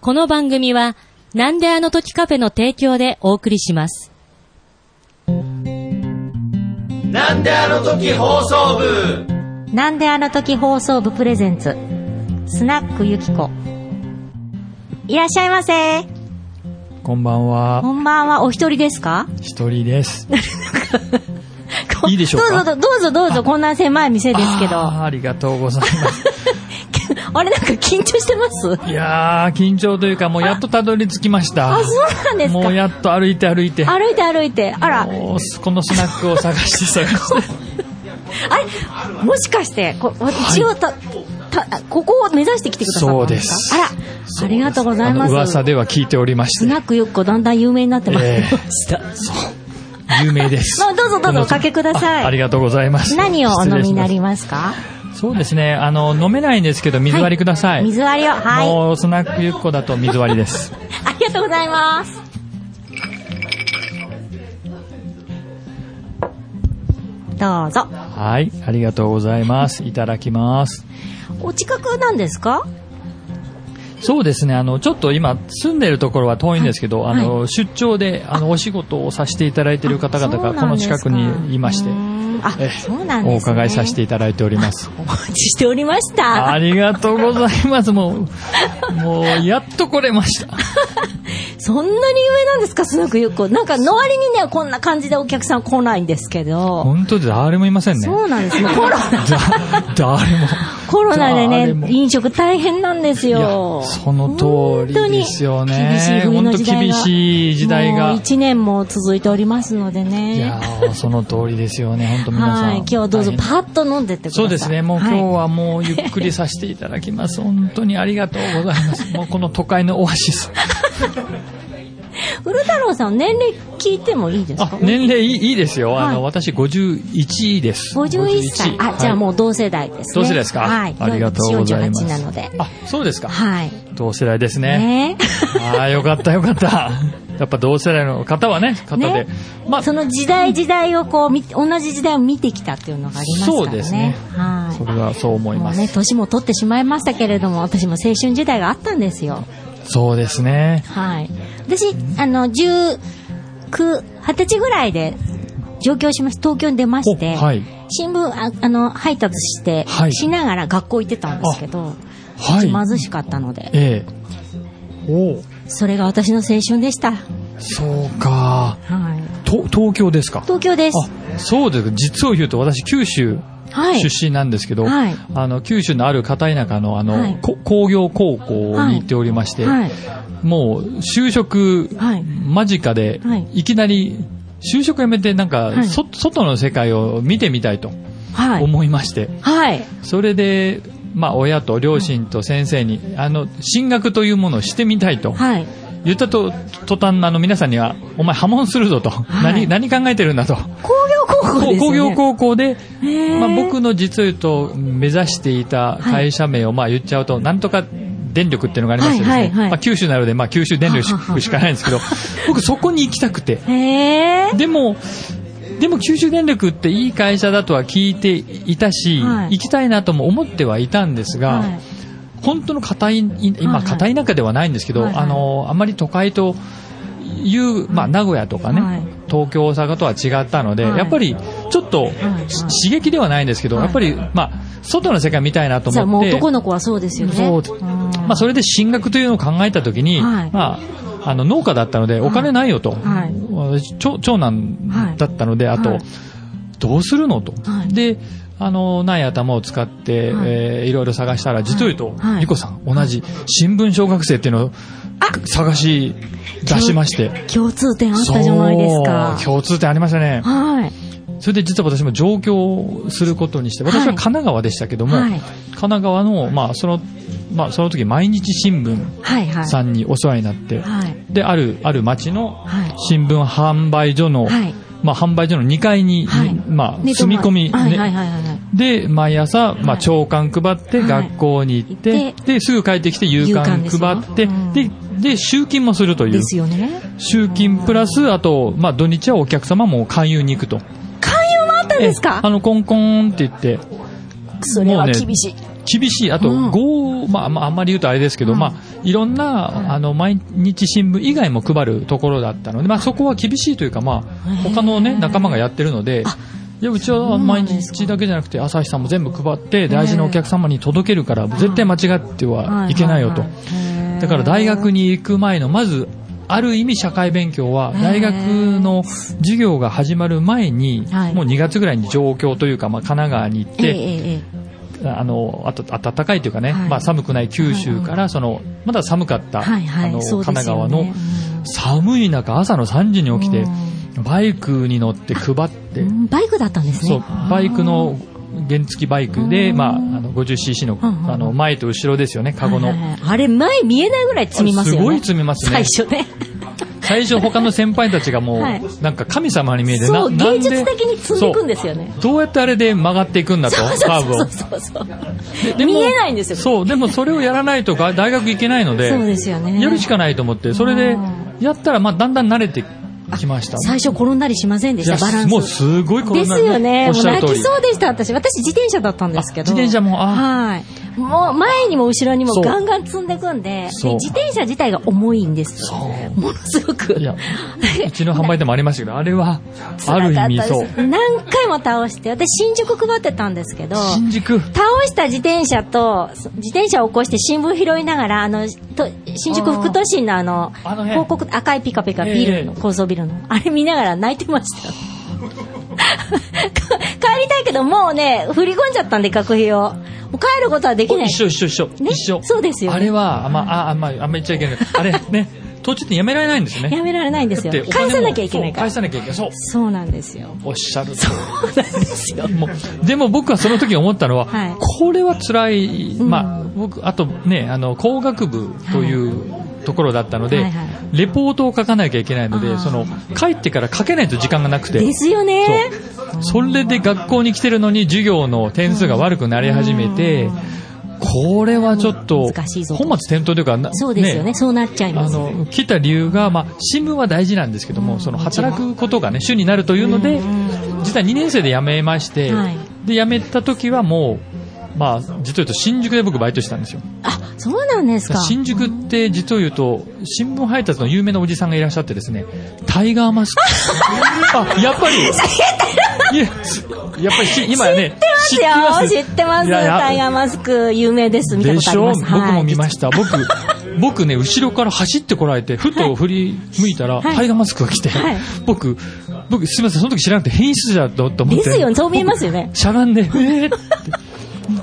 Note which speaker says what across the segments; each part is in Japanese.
Speaker 1: この番組は、なんであの時カフェの提供でお送りします。
Speaker 2: なんであの時放送部
Speaker 3: なんであの時放送部プレゼンツスナックゆきこいらっしゃいませ
Speaker 4: こんばん
Speaker 3: こ
Speaker 4: は。
Speaker 3: んばんはお一人ですか
Speaker 4: 一人です。 いいでしょうか
Speaker 3: どうぞどうぞどうぞこんな狭い店ですけど
Speaker 4: あ
Speaker 3: あ
Speaker 4: ーありがとうございます。
Speaker 3: れなんか緊張してます
Speaker 4: いやー、緊張というか、もうやっとたどり着きました。
Speaker 3: あそうなんです
Speaker 4: もう
Speaker 3: か
Speaker 4: やっと歩いて歩いて。
Speaker 3: 歩いて歩いてあら
Speaker 4: もうすこのスナックを探して探して。
Speaker 3: あれもしかしてこ一応たたここを目指してきてくださったんですか
Speaker 4: そ
Speaker 3: あ
Speaker 4: うです
Speaker 3: らありがとうございま
Speaker 4: あ
Speaker 3: す
Speaker 4: の噂では聞いておりまし
Speaker 3: ス
Speaker 4: て。
Speaker 3: ナックゆきこだんだん有名になってまいりま した、
Speaker 4: 有名です。
Speaker 3: まあ どうぞどうぞおかけください
Speaker 4: あありがとうございます。
Speaker 3: 何をお飲みになり
Speaker 4: ま
Speaker 3: ますか
Speaker 4: すそうですね。あの、飲めないんですけど、水割りください。
Speaker 3: 水割りをはい
Speaker 4: もう、スナックゆっこだと水割りです。
Speaker 3: ありがとうございます。どうぞ。
Speaker 4: はい。ありがとうございます。いただきます。
Speaker 3: お近くなんですか
Speaker 4: そうですね、あの、ちょっと今、住んでるところは遠いんですけど、
Speaker 3: はい
Speaker 4: あの、出張で、あの、お仕事をさせていただいている方々が、この近くにいまして
Speaker 3: う、ーんあ
Speaker 4: え、
Speaker 3: そうなんです、ね。
Speaker 4: お伺いさせていただいております。
Speaker 3: お待ちしておりまし
Speaker 4: あ
Speaker 3: た。
Speaker 4: りがとうございます。もう、もう、やっと来れました。
Speaker 3: そんなに有名なんですかスナックゆっこ。なんか、の割にね、こんな感じでお客さん来ないんですけど。
Speaker 4: 本当で誰もいませんね。
Speaker 3: そうなんです ね。コロナ、
Speaker 4: だ、誰も。
Speaker 3: コロナで
Speaker 4: 誰
Speaker 3: ね
Speaker 4: も、
Speaker 3: 飲食大変なんです
Speaker 4: いや
Speaker 3: よ。、
Speaker 4: その通りですよね。
Speaker 3: 厳しい冬の時代が。
Speaker 4: 本当厳しい時代が。
Speaker 3: もう1年も続いておりますのでね。
Speaker 4: いやーその通りですよね、本当皆さん。
Speaker 3: はい、今日はどうぞ
Speaker 4: 大変
Speaker 3: パッと飲んでってください。
Speaker 4: そうですね。もう今日
Speaker 3: は
Speaker 4: はもうゆっくりさせていただきます。本当にありがとうございます。もうこの都会のオアシス。
Speaker 3: い。古太郎さん、年齢聞いてもいいです
Speaker 4: あ
Speaker 3: か、
Speaker 4: 年齢いいいいですよ。あ
Speaker 3: はい
Speaker 4: の、私51です。
Speaker 3: ?51 歳。あ、じゃあも
Speaker 4: う。
Speaker 3: う同世代ですね。
Speaker 4: どうせですか
Speaker 3: はい。
Speaker 4: ありがとうございます。
Speaker 3: 48なので。
Speaker 4: あ、そうですか。
Speaker 3: はい。
Speaker 4: 同世代です
Speaker 3: ね
Speaker 4: ね。ああ、よかったよかった。 やっぱ同世代の方はね、方で
Speaker 3: ね。
Speaker 4: まあ、
Speaker 3: そ
Speaker 4: そ
Speaker 3: の時代時代をこう見、同じ時代を見てきたっていうのがありますからね。
Speaker 4: そうですね
Speaker 3: はい。
Speaker 4: れはそう思い
Speaker 3: も
Speaker 4: ま
Speaker 3: うね、
Speaker 4: す。
Speaker 3: 年も取ってしまいましたけれども、私も青春時代があったんですよ。
Speaker 4: そうですね。
Speaker 3: はい。私、あの、19、20歳ぐらいで上京しまし、東京に出まして、
Speaker 4: おはい
Speaker 3: 新聞、ああの、配達して、
Speaker 4: はい
Speaker 3: しながら学校行ってたんですけど、
Speaker 4: はい。
Speaker 3: 貧しかったので、
Speaker 4: ええ。おう
Speaker 3: それが私の青春でした。
Speaker 4: そうか。
Speaker 3: はい。
Speaker 4: と東京ですか
Speaker 3: 東京です。
Speaker 4: あそうです実を言うと私九州
Speaker 3: はい。
Speaker 4: 出身なんですけど、
Speaker 3: はい
Speaker 4: あの九州のある片田舎のあの、
Speaker 3: はい
Speaker 4: こ工業高校に行っておりまして、
Speaker 3: はい。
Speaker 4: もう就職
Speaker 3: はい
Speaker 4: 間近で、
Speaker 3: はい
Speaker 4: い、きなり就職辞めてなんか、
Speaker 3: はい
Speaker 4: そ外の世界を見てみたいと
Speaker 3: はい。
Speaker 4: 思いまして、
Speaker 3: はい。
Speaker 4: それで、まあ、親と両親と先生に、あの進学というものをしてみたいと。
Speaker 3: はい。
Speaker 4: 言ったと途端あの皆さんには「お前破門するぞと」
Speaker 3: はい
Speaker 4: 何何考えてるんだと
Speaker 3: 工業高校ですよね。
Speaker 4: 工業高校で、
Speaker 3: へー
Speaker 4: まあ、僕の実を言うと目指していた会社名をまあ言っちゃうと、なんとか電力っていうのがありましてですね、
Speaker 3: はいはいはい
Speaker 4: まあ、九州なので、まあ、九州電力し
Speaker 3: ははは
Speaker 4: しかないんですけど僕そこに行きたくて
Speaker 3: へー。
Speaker 4: でもでも九州電力っていい会社だとは聞いていたし、
Speaker 3: はい
Speaker 4: 行きたいなとも思ってはいたんですが、
Speaker 3: はい
Speaker 4: 本当の片い
Speaker 3: は
Speaker 4: 今
Speaker 3: いはい
Speaker 4: 片田舎ではないんですけど、
Speaker 3: はいはい
Speaker 4: あのあまり都会という、まあ、名古屋とかね、
Speaker 3: はい
Speaker 4: 東京大阪とは違ったので、
Speaker 3: はい
Speaker 4: やっぱりちょっと、
Speaker 3: はい
Speaker 4: し刺激ではないんですけど、
Speaker 3: はい
Speaker 4: やっぱり、まあ、外の世界見たいなと
Speaker 3: じゃあも
Speaker 4: 思っ
Speaker 3: う
Speaker 4: て
Speaker 3: 男の子はそうですよね。
Speaker 4: そう
Speaker 3: うん
Speaker 4: まあ、それで進学というのを考えた時に、
Speaker 3: はい
Speaker 4: まあ、あの農家だったのでお金ないよと、
Speaker 3: はい
Speaker 4: 私長長男だったので、
Speaker 3: い
Speaker 4: あと、
Speaker 3: はい
Speaker 4: どうするのと、
Speaker 3: はい
Speaker 4: であのない頭を使って、
Speaker 3: はい
Speaker 4: いえーいろいろ探したら実を言うと、
Speaker 3: はい
Speaker 4: ゆこさん同じ新聞小学生っていうのを探し出しまして。
Speaker 3: 共通点あったじゃないですか
Speaker 4: そう。共通点ありましたね。
Speaker 3: はい。
Speaker 4: それで実は私も上京することにして、私は神奈川でしたけども、
Speaker 3: はい
Speaker 4: 神奈川の、まあ、その、まあ、その時毎日新聞
Speaker 3: はいはい。
Speaker 4: さんにお世話になって、
Speaker 3: はい。
Speaker 4: で、ある、ある町の
Speaker 3: はい。
Speaker 4: 新聞販売所の、
Speaker 3: はい。
Speaker 4: まあ、販売所の2階に、
Speaker 3: はい
Speaker 4: まあ、住み込み、
Speaker 3: はい
Speaker 4: ね
Speaker 3: はいはいはいはい。
Speaker 4: で、毎朝、
Speaker 3: は
Speaker 4: まあ、
Speaker 3: い
Speaker 4: 朝刊配って、
Speaker 3: はい
Speaker 4: 学校に行って、
Speaker 3: 行っ
Speaker 4: で、すぐ帰ってきて、夕刊
Speaker 3: 夕
Speaker 4: 配
Speaker 3: 刊
Speaker 4: っ
Speaker 3: で
Speaker 4: て、
Speaker 3: すようん
Speaker 4: で、で、集金もするという
Speaker 3: で。すよね。
Speaker 4: 集金プラス、あと、まあ、土日はお客様も勧誘に行くと。
Speaker 3: 勧誘もあったんです
Speaker 4: ええ
Speaker 3: か
Speaker 4: あの、コンコンって言って、
Speaker 3: それは
Speaker 4: もうね
Speaker 3: 厳しい。
Speaker 4: 厳しい、あと、
Speaker 3: うん
Speaker 4: 豪雨まあ、まああんまり言うとあれですけど、
Speaker 3: うん
Speaker 4: まあ、いろんな、あの、毎日新聞以外も配るところだったので、まあ、そこは厳しいというか、まあ、他のね、仲間がやってるので、いや、うちは毎日だけじゃなくて、朝日さんも全部配って、大事なお客様に届けるから、絶対間違ってはいけないよと。だから大学に行く前の、まず、ある意味社会勉強は、大学の授業が始まる前に、
Speaker 3: はい
Speaker 4: もう2月ぐらいに上京というか、まあ、神奈川に行っ
Speaker 3: ええ
Speaker 4: て、
Speaker 3: ええ
Speaker 4: あのあと暖かいというかね、
Speaker 3: はい
Speaker 4: まあ、寒くない九州か
Speaker 3: はいは
Speaker 4: らそのまだ寒かった、
Speaker 3: はいは
Speaker 4: あの
Speaker 3: いそう
Speaker 4: 神
Speaker 3: で
Speaker 4: 奈
Speaker 3: すよ
Speaker 4: 川
Speaker 3: ね
Speaker 4: の寒い中朝の3時に起きてバイクに乗って配っ
Speaker 3: う
Speaker 4: て
Speaker 3: んバイクだったんですね
Speaker 4: そうバイクの原付バイク
Speaker 3: う
Speaker 4: で、
Speaker 3: ん
Speaker 4: まあ、あの 50cc の
Speaker 3: うんうん
Speaker 4: あの前と後ろですよねカゴの
Speaker 3: はい。はいはいあれ前見えないぐらい積みますよね
Speaker 4: すごい積みますね
Speaker 3: 最初ね
Speaker 4: 最初他の先輩たちがもう、
Speaker 3: はい
Speaker 4: なんか神様に見えて
Speaker 3: そう
Speaker 4: なな
Speaker 3: 芸
Speaker 4: んで
Speaker 3: 術的に積んでいくんですよね
Speaker 4: そうどうやってあれで曲がっていくんだと
Speaker 3: そう
Speaker 4: カーブ
Speaker 3: そ
Speaker 4: を
Speaker 3: うそうそうそう
Speaker 4: でも
Speaker 3: 見えないんですよ
Speaker 4: そうでもそれをやらないとが大学行けないので
Speaker 3: そうですよね
Speaker 4: やるしかないと思って、それで
Speaker 3: うん、
Speaker 4: やったら、まあ、だんだん慣れてきました。
Speaker 3: 最初転んだりしませんで
Speaker 4: い
Speaker 3: し
Speaker 4: や
Speaker 3: たバランス
Speaker 4: もうすごい転
Speaker 3: で
Speaker 4: んだ
Speaker 3: すよね。
Speaker 4: おっ
Speaker 3: もう
Speaker 4: しゃる
Speaker 3: 泣
Speaker 4: 通
Speaker 3: き
Speaker 4: り。
Speaker 3: そうでした、私。私、自転車だったんですけど。
Speaker 4: あ自転車もあ
Speaker 3: はい。もう、前にも後ろにも
Speaker 4: そう
Speaker 3: ガンガン積んでいくんで、で
Speaker 4: そう
Speaker 3: 自転車自体が重いんです。
Speaker 4: そう
Speaker 3: ものすごく。
Speaker 4: いや、うちの販売でもありましたけど、あれは、ある意味そう。
Speaker 3: う。 何回も倒して、私、新宿配ってたんですけど、
Speaker 4: 新宿。
Speaker 3: 倒した自転車と、そ自転車を起こして新聞拾いながら、あの、と新宿副都心のあの、
Speaker 4: あの辺
Speaker 3: 広告、赤いピカピカビルの、
Speaker 4: ええ
Speaker 3: 高層ビルの、あれ見ながら泣いてました。か 帰りたいけど、もうね、振り込んじゃったんで、学費を。もう帰ることはできない。
Speaker 4: 一緒一緒一緒。
Speaker 3: ね
Speaker 4: 一緒。
Speaker 3: そうですよね
Speaker 4: あれは、あまあ、ああんまあ、あんま言っちゃいけないけど。あれ、ね、途中でやめられないんですよ
Speaker 3: や
Speaker 4: ね。
Speaker 3: められないんですよ
Speaker 4: で。お金
Speaker 3: 返
Speaker 4: も
Speaker 3: さなきゃいけないか
Speaker 4: そう返
Speaker 3: ら。
Speaker 4: さなきゃいけない。そう。
Speaker 3: そうなんですよ。
Speaker 4: おっしゃるそうもうでも僕はその時思ったのは、
Speaker 3: はい
Speaker 4: これは辛い、
Speaker 3: ん
Speaker 4: まあ、僕あとねあの工学部という、ところだったので、
Speaker 3: はいはい
Speaker 4: レポートを書かなきゃいけないの
Speaker 3: あ
Speaker 4: で
Speaker 3: ー
Speaker 4: その帰ってから書けないと時間がなくて
Speaker 3: ですよね。
Speaker 4: そうそれで学校に来てるのに授業の点数が悪くなり始めて、これはちょっと
Speaker 3: 難しいぞと
Speaker 4: 本末転倒というかな
Speaker 3: そうですよね。そうなっちゃいま
Speaker 4: あ
Speaker 3: す。
Speaker 4: の来た理由が、まあ、新聞は大事なんですけども、その働くことが、ね、主になるというので、実は2年生で辞めまして、
Speaker 3: はい
Speaker 4: で辞めた時はもう、まあ、実を言うと新宿で僕バイトしてたんですよ
Speaker 3: あ、そうなんですか。
Speaker 4: 新宿って実を言うと新聞配達の有名なおじさんがいらっしゃってですねタイガー マスクあやっぱりいややっぱりし今やね
Speaker 3: 知ってますよ。知ってます。
Speaker 4: いやいや
Speaker 3: タイガーマスク、有名です。見た
Speaker 4: で
Speaker 3: ことあ
Speaker 4: し
Speaker 3: り
Speaker 4: ょ
Speaker 3: ま
Speaker 4: 僕
Speaker 3: す。
Speaker 4: も見ま
Speaker 3: し
Speaker 4: した。僕、僕ね、後ろから走ってこられて、ふと振り向いたら、
Speaker 3: はい
Speaker 4: タイガーマスクが来て
Speaker 3: はい、
Speaker 4: 僕、僕、すみません、その時知らなくて変質者だと思って。
Speaker 3: ですよねそう見えますよね
Speaker 4: 僕しゃがんで、えーって。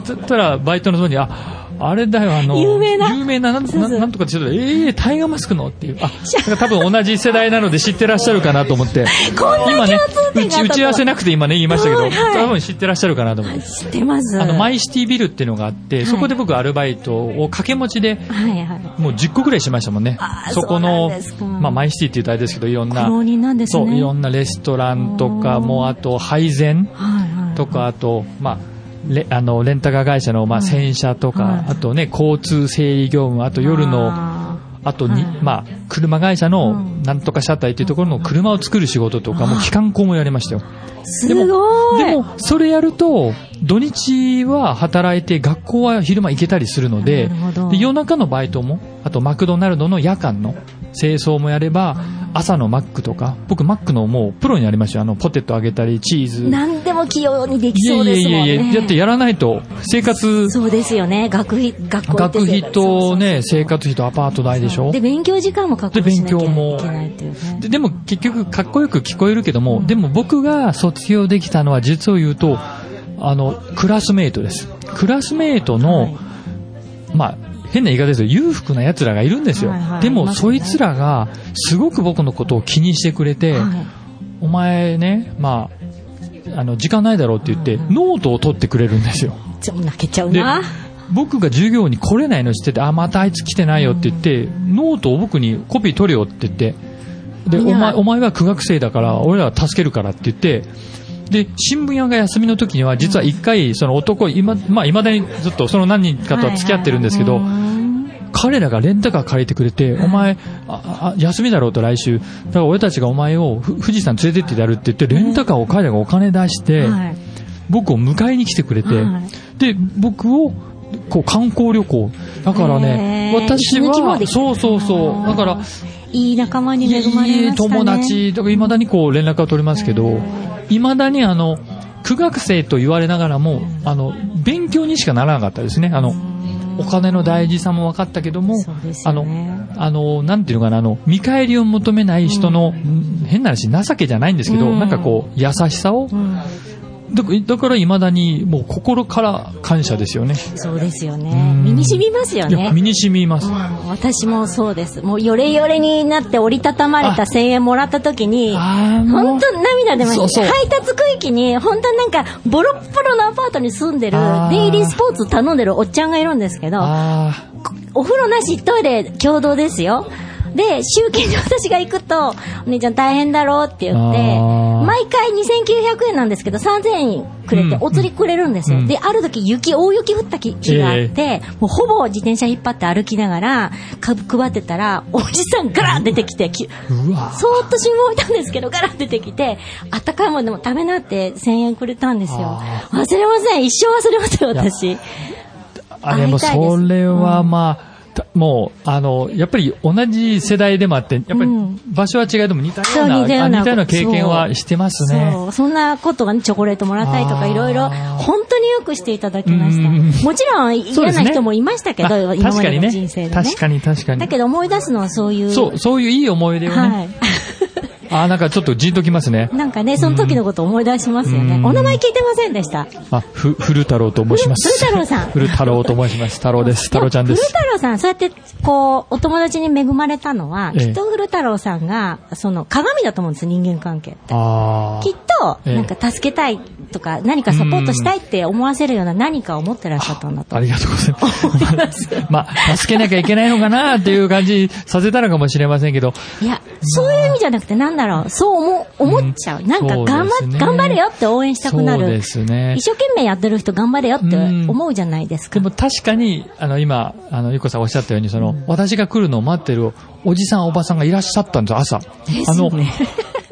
Speaker 4: だったら、バイトの人に、あ、あれだよ、あの、
Speaker 3: 有名な
Speaker 4: 有名な、なん
Speaker 3: そうそう
Speaker 4: なんなんとかって言ってたらえー、タイガーマスクのっていう。あ、だから多分同じ世代なので知ってらっしゃるかなと思って。
Speaker 3: こんな共通、点があ
Speaker 4: ね打ち
Speaker 3: ったとは
Speaker 4: 打ち合わせなくて今ね、言いましたけ
Speaker 3: は
Speaker 4: ど、
Speaker 3: いはい
Speaker 4: 多分知ってらっしゃるかなと思って。
Speaker 3: 知ってます。
Speaker 4: あの、マイシティビルっていうのがあって、そこで僕アルバイトを掛け持ちで、
Speaker 3: はいはい。
Speaker 4: もう10個ぐらいしましたもんね
Speaker 3: あ。ー
Speaker 4: そこ
Speaker 3: そう
Speaker 4: の
Speaker 3: なんです、か
Speaker 4: まあ、マイシティっていうとあれですけど、いろんな、
Speaker 3: 苦労人なんですね
Speaker 4: そう、いろんなレストランとか、
Speaker 3: うん
Speaker 4: もうあと、配膳
Speaker 3: はいはい。
Speaker 4: とか、あと、まあ、レあのレンタカー会社の、まあ、洗車とか、
Speaker 3: はい
Speaker 4: あとね、交通整理業務、あと夜の、
Speaker 3: あ
Speaker 4: あとに、
Speaker 3: はい
Speaker 4: まあ、車会社
Speaker 3: う
Speaker 4: の
Speaker 3: ん
Speaker 4: なんとか車体というところの車を作る仕事とか、もう機関工もやりましたよ。
Speaker 3: ー。すごい。
Speaker 4: でも、それやると、土日は働いて、学校は昼間行けたりするので
Speaker 3: なるほど、
Speaker 4: で夜中のバイトも、あとマクドナルドの夜間の清掃もやれば、朝のマックとか、僕マックのもうプロになりましたよ。あの、ポテト揚げたり、チーズ。
Speaker 3: 何でも器用にでき
Speaker 4: い
Speaker 3: そう
Speaker 4: や
Speaker 3: です
Speaker 4: い
Speaker 3: も
Speaker 4: や
Speaker 3: ん
Speaker 4: いやい
Speaker 3: ね。
Speaker 4: や、だってやらないと、生活、
Speaker 3: そうですよね。学費、学校行って
Speaker 4: 学費とね、生
Speaker 3: 活
Speaker 4: 活費とアパート代でしょ
Speaker 3: で、勉強時間も確保しなきゃい
Speaker 4: で勉強も
Speaker 3: けないっていうね。
Speaker 4: ででも結局かっこよく聞こえるけども、でも僕が卒業できたのは実を言うと、あの、クラスメイトです。クラスメイトの、
Speaker 3: はい
Speaker 4: まあ、変な言い方ですけど、裕福な奴らがいるんですよ。
Speaker 3: はいはい
Speaker 4: で
Speaker 3: い
Speaker 4: も、
Speaker 3: ますよ
Speaker 4: そ
Speaker 3: ね
Speaker 4: いつらが、すごく僕のことを気にしてくれて、
Speaker 3: はい
Speaker 4: お前ね、まあ、あの、時間ないだろうって言って、ノートを取ってくれるんですよ。
Speaker 3: ちょっと泣けちゃう
Speaker 4: で
Speaker 3: な。、
Speaker 4: 僕が授業に来れないの知ってて、あ、またあいつ来てないよって言って、ノートを僕にコピー取れよって言って、で、お
Speaker 3: みんな
Speaker 4: 前、お前は苦学生だから、俺らは助けるからって言って、で、新聞屋が休みの時には、実は一回、その男、今、まあ、未だにずっとその何人かとは付き合ってるんですけど
Speaker 3: はいは、いはいう
Speaker 4: 彼らがレンタカー借りてくれて、お前、ああ休みだろうと来週、だから俺たちがお前をふ富士山連れてってやるって言って、レンタカーを彼らがお金出して、
Speaker 3: ーんはい
Speaker 4: 僕を迎えに来てくれて、
Speaker 3: は
Speaker 4: で、僕をこう観光旅行。だからね、
Speaker 3: へー
Speaker 4: 私
Speaker 3: 息抜きも
Speaker 4: は
Speaker 3: で、きる
Speaker 4: そうそうそう。だから、
Speaker 3: いい仲間に
Speaker 4: い
Speaker 3: 恵まれましたね。
Speaker 4: い友達、だから未だにこう連絡は取りますけど、未だにあの、苦学生と言われながらも、あの、勉強にしかならなかったですね。あの、お金の大事さも分かったけども、
Speaker 3: そうです
Speaker 4: あ
Speaker 3: よ
Speaker 4: の
Speaker 3: ね、
Speaker 4: あの、なんていうのかな、あの、見返りを求めない人の、うん変な話、情けじゃないんですけど、
Speaker 3: うん
Speaker 4: なんかこう、優しさを、
Speaker 3: うん
Speaker 4: だだから未だに、もう心から感謝ですよね。
Speaker 3: そうですよね
Speaker 4: ん。
Speaker 3: 身に染みますよ
Speaker 4: いや、身
Speaker 3: ね。
Speaker 4: に染みます。
Speaker 3: 私もそうです。もうヨレヨレになって折りたたまれた
Speaker 4: あ
Speaker 3: 1000円もらった時に、
Speaker 4: あーもう
Speaker 3: 本当涙出ました。
Speaker 4: そうそう
Speaker 3: 配達区域に、本当なんか、ボロッボロのアパートに住んでる
Speaker 4: あ、ー
Speaker 3: デイリースポーツ頼んでるおっちゃんがいるんですけど、
Speaker 4: あ
Speaker 3: お風呂なしトイレ共同ですよ。で、集計に私が行くと、お姉ちゃん大変だろうって言って、
Speaker 4: あー
Speaker 3: 毎回2900円なんですけど、3000円くれて、
Speaker 4: うん
Speaker 3: お釣りくれるんですよ。
Speaker 4: うん
Speaker 3: で、ある時雪、大雪降った日日があって、もうほぼ自転車引っ張って歩きながら、か配ってたら、おじさんガラン出てきて、き
Speaker 4: あ、うわ。
Speaker 3: そーっと信号を見たんですけど、ガラッ出てきて、あったかいもんでも食べなって1000円くれたんですよ
Speaker 4: あ。
Speaker 3: 忘れません。一生忘れません、私。
Speaker 4: あれも
Speaker 3: 会いたいです
Speaker 4: それはまあ、たもう、あの、やっぱり同じ世代でもあって、やっぱり
Speaker 3: うん
Speaker 4: 場所は違いでも似たような、
Speaker 3: そう似たような
Speaker 4: あ似たような経験はしてますね。
Speaker 3: そう、そんなことがね、チョコレートもらったりと
Speaker 4: あ
Speaker 3: か
Speaker 4: ー
Speaker 3: いろいろ、本当によくしていただきまし
Speaker 4: うんうんうん
Speaker 3: た。もちろん
Speaker 4: そ
Speaker 3: 嫌
Speaker 4: うです
Speaker 3: な
Speaker 4: ね
Speaker 3: 人もいましたけ
Speaker 4: まあ
Speaker 3: ど、今ま
Speaker 4: 確
Speaker 3: で
Speaker 4: かに
Speaker 3: の
Speaker 4: ね
Speaker 3: 人生でね。
Speaker 4: 確かに確かに
Speaker 3: だけど思い出すのはそういう。
Speaker 4: そう、そういういい思い出をね。
Speaker 3: はい。
Speaker 4: ああ、なんかちょっとじんときますね。
Speaker 3: なんかね、その時のことを思い出しますよ
Speaker 4: う
Speaker 3: ね。
Speaker 4: ん
Speaker 3: お名前聞いてませんでした。
Speaker 4: あ、ふ、古太郎と申します。
Speaker 3: ふ古太郎さん
Speaker 4: 古太郎と申します。太郎です。太郎ちゃんで
Speaker 3: 古
Speaker 4: す
Speaker 3: 太。郎さん、そうやって、こう、お友達に恵まれたのは、
Speaker 4: ええ
Speaker 3: きっと古太郎さんが、その、鏡だと思うんです、人間関係って。
Speaker 4: あ
Speaker 3: きっ
Speaker 4: あ。
Speaker 3: と、
Speaker 4: ええ
Speaker 3: なんか助けたいとか、何かサポートしたいって思わせるような何かを持ってらっしゃったんだと。
Speaker 4: ありがとうござ います。まあ、助けなきゃいけないのかなっていう感じさせたのかもしれませんけど、
Speaker 3: いや、そういう意味じゃなくて、なんだろう、そう思う、思っちゃう。なんか、
Speaker 4: そう
Speaker 3: 頑
Speaker 4: です
Speaker 3: 張、
Speaker 4: ね
Speaker 3: 頑張れよって応援したくなる。
Speaker 4: そうですね
Speaker 3: 一生懸命やってる人頑張れよって
Speaker 4: うん
Speaker 3: 思うじゃないです か。
Speaker 4: でも確かに、あの、今、あの、ゆっこさんおっしゃったように、その、私が来るのを待ってるおじさん、おばさんがいらっしゃったんですよ、朝。あの、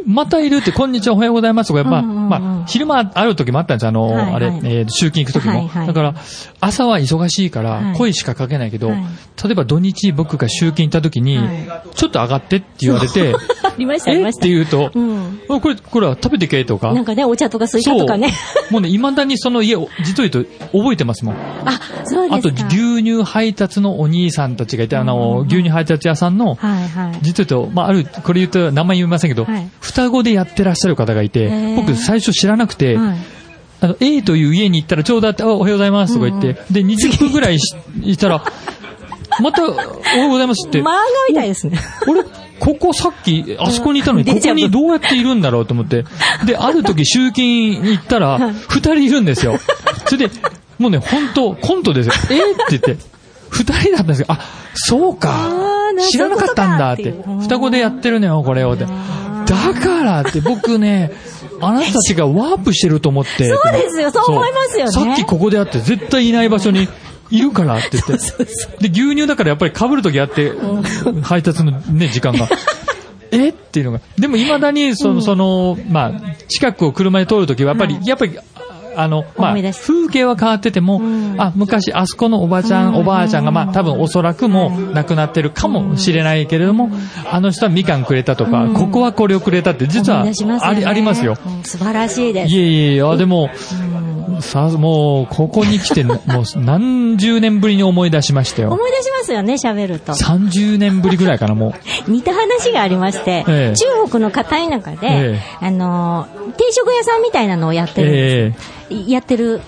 Speaker 4: またいるって、こんにちは、おはようございますとか、やっぱ、
Speaker 3: うんうんうん
Speaker 4: まあ、昼間ある時もあったんですよ、あの、
Speaker 3: はいはい
Speaker 4: あれ、えー集金行く時も。
Speaker 3: はいはい
Speaker 4: だから、朝は忙しいか
Speaker 3: は
Speaker 4: ら、
Speaker 3: い
Speaker 4: 声しかかけないけど、
Speaker 3: はい
Speaker 4: 例えば土日僕が集金行った時に、
Speaker 3: は
Speaker 4: ちょっと上がってって言われて、
Speaker 3: ありました、あり
Speaker 4: えっ
Speaker 3: ました。
Speaker 4: て言うと、
Speaker 3: うん
Speaker 4: あこれ、これは食べてけとか。
Speaker 3: なんかね、お茶とかスイカとかね。
Speaker 4: そう。もうね、未だにその家を、実を言うと覚えてますもん。
Speaker 3: あ、そう
Speaker 4: あ
Speaker 3: です
Speaker 4: と、
Speaker 3: か。
Speaker 4: 牛乳配達のお兄さんたちがいて、あの、牛乳配達屋さんの、
Speaker 3: はいはい。
Speaker 4: 実は言うと、まあ、ある、これ言うと名前言いませんけど、
Speaker 3: はい
Speaker 4: 双子でやってらっしゃる方がい
Speaker 3: へ
Speaker 4: て、
Speaker 3: ー
Speaker 4: 僕最初知らなくて、
Speaker 3: はい
Speaker 4: あの、A という家に行ったらちょうどあって、あおはようございますとか言って、で、20分ぐら いししたら、また、おはようございますって
Speaker 3: 漫、画みたいですね。
Speaker 4: 俺、ここさっき、あそこにいたのに、
Speaker 3: うん
Speaker 4: ここにどうやっているんだろうと思って。で、ある時集金に行ったら、二人いるんですよ。それで、もうね、本当コントですよ。えーって言って、二人だったんですよ。あ、そうか
Speaker 3: あーな。
Speaker 4: 知らなかったんだって。
Speaker 3: そういうことかっていう
Speaker 4: 双子でやってるのよ、これを。ってだからって、僕ね、あなたたちがワープしてると思って。
Speaker 3: そうですよそう思いますよね
Speaker 4: そうさっきここであって、絶対いない場所にいるからって言って。で、牛乳だからやっぱり被るときあって、配達のね、時間 が。えっていうのが。でも未だに、その、その、まあ、近くを車で通るときは、やっぱり、
Speaker 3: はい
Speaker 4: やっぱり、あの、まあ、
Speaker 3: 思い出す
Speaker 4: 風景は変わってても、あ、昔あそこのおばちゃん、おばあちゃんが、まあ、多分おそらくもう亡くなってるかもしれないけれども、あの人はみかんくれたとか、ここはこれをくれたって、実は
Speaker 3: 思い出しますよ
Speaker 4: あ
Speaker 3: ね
Speaker 4: り、ありますよ。
Speaker 3: うん素晴らしいです。
Speaker 4: いえいえいえ、あ、でも、さ、もう、ここに来て、もう何十年ぶりに思い出しましたよ。
Speaker 3: 思い出しますよね、喋ると。
Speaker 4: 30年ぶりぐらいかな、 もう。
Speaker 3: 似た話がありまして、
Speaker 4: ええ
Speaker 3: 中国の片田舎で、
Speaker 4: ええ
Speaker 3: あのー、定食屋さんみたいなのをやってるんです
Speaker 4: え
Speaker 3: やってる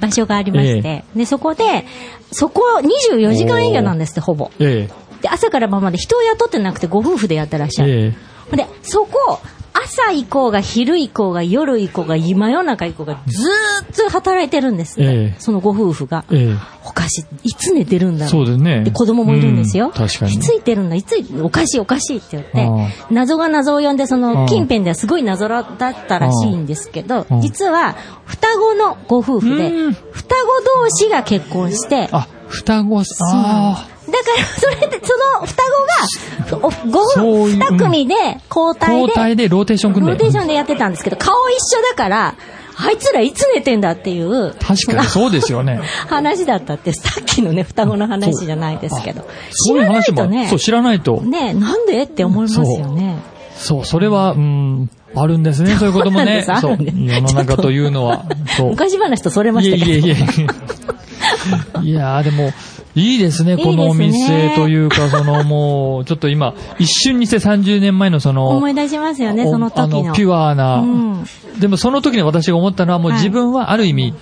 Speaker 3: 場所がありまして、で、そこで、そこは24時間営業なんですって、ほぼ。
Speaker 4: ええ
Speaker 3: で、朝から晩まで人を雇ってなくてご夫婦でやってらっし
Speaker 4: え
Speaker 3: ゃる。
Speaker 4: ええ
Speaker 3: ほんで、そこ、朝行こうが昼行こうが夜行こうが真夜中行こうがずーっと働いてるんですって、
Speaker 4: ええ
Speaker 3: そのご夫婦が。
Speaker 4: ええ
Speaker 3: お菓子、いつ寝てるんだろう。
Speaker 4: そうですね
Speaker 3: で子供もいるんですよ。
Speaker 4: うん確かに
Speaker 3: いついてるんだ、いつい、おかしいおかしいって言っ
Speaker 4: あ
Speaker 3: て、謎が謎を呼んで、そ
Speaker 4: あ
Speaker 3: の
Speaker 4: あ
Speaker 3: 近辺ではすごい謎だったらしいんですけど
Speaker 4: ああ、
Speaker 3: 実は双子のご夫婦で
Speaker 4: うん、
Speaker 3: 双子同士が結婚して、
Speaker 4: あ、双子、あ
Speaker 3: だから、それで、その双子が、おご
Speaker 4: そう
Speaker 3: 夫
Speaker 4: いう
Speaker 3: 婦二組で、交
Speaker 4: あ、
Speaker 3: 代
Speaker 4: 交
Speaker 3: で、
Speaker 4: 代でローテーション組ん
Speaker 3: ロ
Speaker 4: で。
Speaker 3: ーテーションでやってたんですけど、顔一緒だから、あいつらいつ寝てんだっていう
Speaker 4: 確かにそうですよね。
Speaker 3: 話だったって、さっきのね、双子の話じゃないですけど。 知
Speaker 4: そういう
Speaker 3: らない
Speaker 4: 話
Speaker 3: と
Speaker 4: も、
Speaker 3: ね
Speaker 4: そう、、知らないと。
Speaker 3: ね、なんでって思いますよね。
Speaker 4: そう、それは、うん、あるんですね、そういうことも ね。
Speaker 3: そう
Speaker 4: そ
Speaker 3: な、
Speaker 4: うん
Speaker 3: です
Speaker 4: 世 の中というのは。そう。
Speaker 3: 昔話とそれま
Speaker 4: い
Speaker 3: し
Speaker 4: え
Speaker 3: たけ
Speaker 4: い
Speaker 3: ど。
Speaker 4: えいえ。 いやーでも、いいですね、このお
Speaker 3: いいですね
Speaker 4: 店というか、そのもう、ちょっと今、一瞬にして30年前のその、
Speaker 3: 思い出しますよね、
Speaker 4: お
Speaker 3: その時
Speaker 4: あ
Speaker 3: の。
Speaker 4: の、ピュアな、
Speaker 3: うん
Speaker 4: でもその時に私が思ったのはもう
Speaker 3: はい
Speaker 4: 自分はある意味、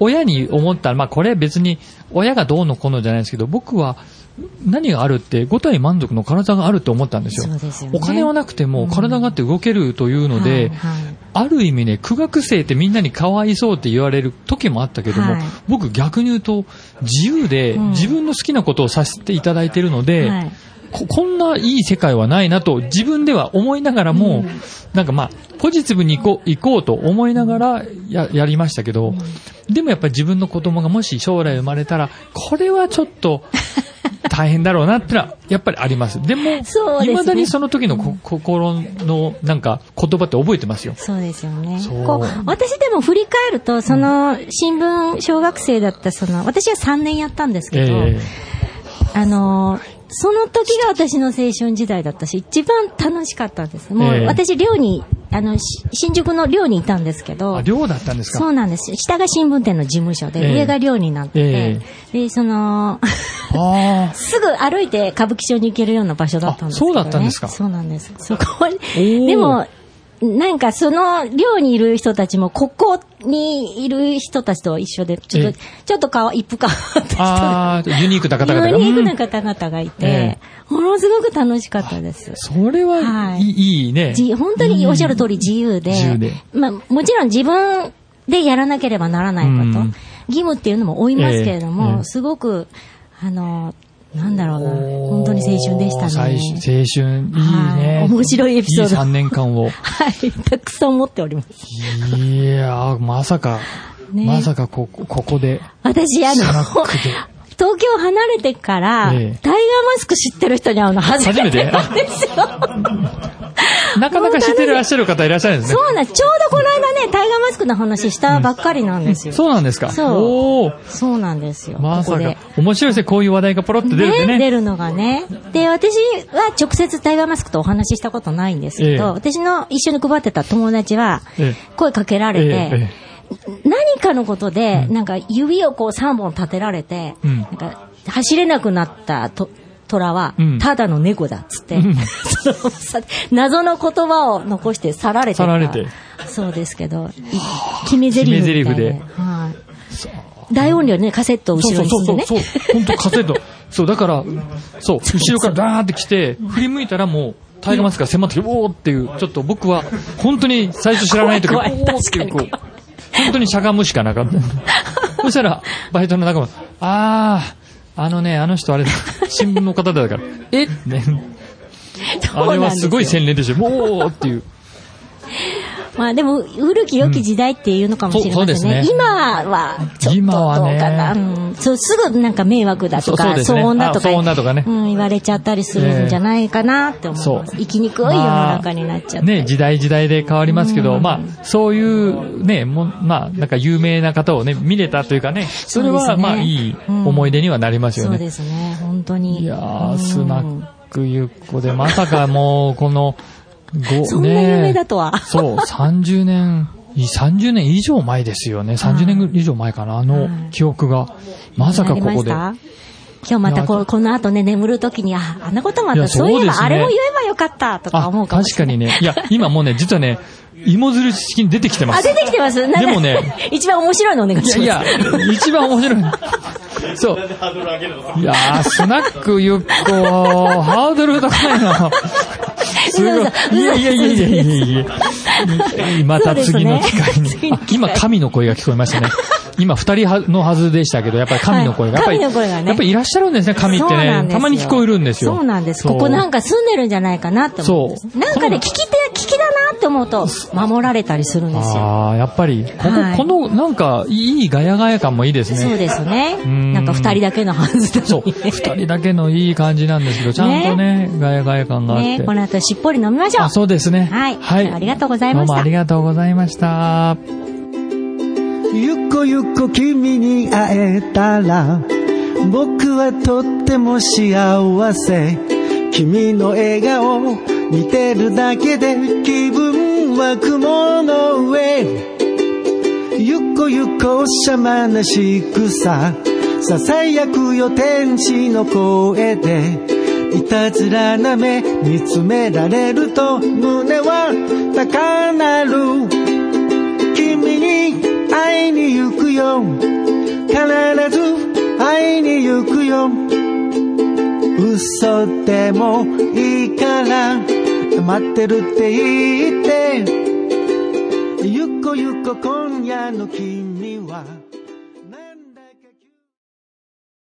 Speaker 4: 親に思った、まあこれ別に親がどうのこうのじゃないですけど、僕は何があるって五体満足の体があると思ったんですよ。
Speaker 3: そうですよね
Speaker 4: お金はなくても体があって動けるというので、
Speaker 3: はいはい
Speaker 4: ある意味ね、苦学生ってみんなにかわいそうって言われる時もあったけども、
Speaker 3: はい
Speaker 4: 僕逆に言うと自由で
Speaker 3: うん
Speaker 4: 自分の好きなことをさせていただいてるので、
Speaker 3: はい
Speaker 4: ここんないい世界はないなと自分では思いながらも、なんかまあ、ポジティブに行こう行こうと思いながらややりましたけど、でもやっぱり自分の子供がもし将来生まれたら、これはちょ っと大変だろうなってのはやっぱりあります。でも、
Speaker 3: そうですね
Speaker 4: 未だにその時のこ心のなんか言葉って覚えてますよ。
Speaker 3: そうですよね。
Speaker 4: そう
Speaker 3: こう私でも振り返ると、その新聞小学生だったその、私は3年やったんですけど、
Speaker 4: ええ
Speaker 3: あのーその時が私の青春時代だったし、一番楽しかったんです。も
Speaker 4: ええ
Speaker 3: う私寮に、あの、し新宿の寮にいたんですけど
Speaker 4: あ、、寮だったんですか
Speaker 3: そうなんです。下が新聞店の事務所で、
Speaker 4: ええ
Speaker 3: 上が寮になってて、で、その、
Speaker 4: ああ。
Speaker 3: すぐ歩いて歌舞伎町に行けるような場所だったんですけど、ね。
Speaker 4: あそうだったんですか
Speaker 3: そうなんです。そこ
Speaker 4: ー
Speaker 3: に、でも、なんかその寮にいる人たちも、ここにいる人たちと一緒で、ちょっと
Speaker 4: え、
Speaker 3: ちょっとかわ、一風変わった人が。
Speaker 4: ああ、ユニークな方々が。
Speaker 3: ユニーク
Speaker 4: う
Speaker 3: なん方々がいて、
Speaker 4: え
Speaker 3: ものすごく楽しかったです。
Speaker 4: それは
Speaker 3: はいい
Speaker 4: い,、い、いね。
Speaker 3: じ本当におっしゃる通り自由で、
Speaker 4: 自由で
Speaker 3: まあ、もちろん自分でやらなければならないこと、
Speaker 4: うん
Speaker 3: 義務っていうのも負いますけれど
Speaker 4: ええ
Speaker 3: も、
Speaker 4: うん
Speaker 3: すごく、あの、なんだろうな、
Speaker 4: おー
Speaker 3: 本当に青春でした
Speaker 4: 最
Speaker 3: ね。
Speaker 4: 初青春、いいね
Speaker 3: は。い面白いエピソード
Speaker 4: いい3年間
Speaker 3: は
Speaker 4: を。
Speaker 3: い、たくさん持っております。
Speaker 4: いやー、まさか、
Speaker 3: ね
Speaker 4: まさかここ、ここで。
Speaker 3: 私、あの、
Speaker 4: スナックで
Speaker 3: 東京離れてから、
Speaker 4: ええ
Speaker 3: タイガーマスク知ってる人に会うの初めてなんですよ。
Speaker 4: なかなか知ってらっしゃる方いらっしゃるんですね。
Speaker 3: そうなん、ちょうどこの間ね、タイガーマスクの話したばっかりなんですよ。
Speaker 4: そうなんですか。
Speaker 3: そう
Speaker 4: おー
Speaker 3: そうなんですよ。
Speaker 4: まさ
Speaker 3: ここで
Speaker 4: か。面白いですね、こういう話題がポロって出るって
Speaker 3: ね
Speaker 4: ね。
Speaker 3: 出るのがね。で、私は直接タイガーマスクとお話ししたことないんですけど、
Speaker 4: ええ
Speaker 3: 私の一緒に配ってた友達は
Speaker 4: ええ、
Speaker 3: 声かけられて、
Speaker 4: ええ
Speaker 3: 何かのことで、なんか指をこう3本立てられて、
Speaker 4: うん
Speaker 3: なんか走れなくなったと虎は
Speaker 4: うん、
Speaker 3: ただの猫だっつって、そのさ 謎の言葉を残して去られてた
Speaker 4: 去られて
Speaker 3: そうですけど、い決め台詞みたい
Speaker 4: 決め台詞で
Speaker 3: はい大音量でね、カセットを後ろに
Speaker 4: そ
Speaker 3: 積
Speaker 4: う
Speaker 3: で
Speaker 4: んそう
Speaker 3: ね。
Speaker 4: そ うそう。本当カセット。そう、だから、そう、後ろからダーって来て、振り向いたらもう、タイガーマスクが迫ってきて、おーっていう、ちょっと僕は、本当に最初知らない時、
Speaker 3: 怖い怖い
Speaker 4: おーっていう、こ
Speaker 3: 確か
Speaker 4: う
Speaker 3: に、
Speaker 4: 本当にしゃがむしかなかっ た。そしたら、バイトの仲間、あー、あのね、あの人あれだ、新聞の方だから、えね、
Speaker 3: そう
Speaker 4: あれ
Speaker 3: なん
Speaker 4: は
Speaker 3: です
Speaker 4: す
Speaker 3: よ
Speaker 4: ごい洗練でしょ、おーっていう。
Speaker 3: まあでも、古き良き時代っていうのかもしれ
Speaker 4: うんそうそ
Speaker 3: ま
Speaker 4: うです
Speaker 3: せん
Speaker 4: ね
Speaker 3: ね。今は、ちょっとどう
Speaker 4: 今は
Speaker 3: か
Speaker 4: ね
Speaker 3: な、うんそう、すぐなんか迷惑だと
Speaker 4: そうそう
Speaker 3: か、
Speaker 4: ですね
Speaker 3: 騒音だとか、
Speaker 4: あ騒音だとかね
Speaker 3: うん、言われちゃったりするんじゃないかなって思います。
Speaker 4: そう
Speaker 3: 生きにくい世の中になっちゃって。
Speaker 4: まあね、時代時代で変わりますけど、
Speaker 3: うん
Speaker 4: まあ、そういうね、もうまあ、なんか有名な方をね、見れたというかね、それ
Speaker 3: そう
Speaker 4: は、
Speaker 3: ですね
Speaker 4: まあ、いい思い出にはなりますよ
Speaker 3: そう
Speaker 4: ね。
Speaker 3: ですね、本当に。
Speaker 4: いや
Speaker 3: う
Speaker 4: ー、
Speaker 3: ん
Speaker 4: スナックゆっこで、まさかもう、この、ご、
Speaker 3: そんな夢だとは
Speaker 4: ねそう、30年、い30年以上前ですよね。30年以上前かな、あの
Speaker 3: はい
Speaker 4: 記憶が。まさかここで。
Speaker 3: なりました今日また
Speaker 4: い
Speaker 3: こ
Speaker 4: や
Speaker 3: うこの後ね、眠るときに、あ、あんなこともあっ
Speaker 4: いや
Speaker 3: た。そうい
Speaker 4: そう
Speaker 3: え
Speaker 4: で
Speaker 3: ば、
Speaker 4: すね
Speaker 3: あれも言えばよかったとか
Speaker 4: あ
Speaker 3: 思う、かも
Speaker 4: 確
Speaker 3: し
Speaker 4: か
Speaker 3: れない。
Speaker 4: にね。いや、今もうね、実はね、芋づる式に出てきてます。
Speaker 3: あ、出てきてますなんか
Speaker 4: でもね
Speaker 3: 一番面白いのお願いします。
Speaker 4: いやいや、一番面白い。そう。いやー、スナックゆっこ、ハードル高いな。すごい。いやいやいやいやいやいやいやまた次の機会
Speaker 3: そうです
Speaker 4: に。
Speaker 3: ね
Speaker 4: あ今、神の声が聞こえましたね。今、二人はのはずでしたけど、やっぱり神の声が。
Speaker 3: はい
Speaker 4: やっ
Speaker 3: 神の
Speaker 4: ぱり、
Speaker 3: 声がね
Speaker 4: やっぱりいらっしゃるんですね、神って
Speaker 3: そうなんです
Speaker 4: ね。た
Speaker 3: よ
Speaker 4: まに聞こえるんですよ。
Speaker 3: そうなんです。ここなん
Speaker 4: か。
Speaker 3: か住んでるんじゃないかなって思うんです
Speaker 4: そ。う
Speaker 3: なんかね、聞き手、聞きだなって思うと、守られたりするんですよ。
Speaker 4: ああ、やっぱり、ここ、
Speaker 3: はい
Speaker 4: この、なんか、いいガヤガヤ感もいいですね。
Speaker 3: そうですね
Speaker 4: ん。
Speaker 3: なんか二人だけのはずだ
Speaker 4: そう。二人だけのいい感じなんで すけど、ちゃんとね、ガヤガヤ感があって。
Speaker 3: ね、この後しっぽり飲みましょう。
Speaker 4: あ、そうですね。
Speaker 3: はいありがとうございました
Speaker 4: どうもありがとうございました。
Speaker 5: ゆこゆこ君に会えたら僕はとっても幸せ君の笑顔見てるだけで気分は雲の上ゆこゆこおしゃまなしくさささやくよ天使の声でいたずらな目見つめられると胸は高鳴る君に会いに行くよ必ず会いに行くよ嘘でもいいから待ってるって言ってゆこゆこ今夜の君は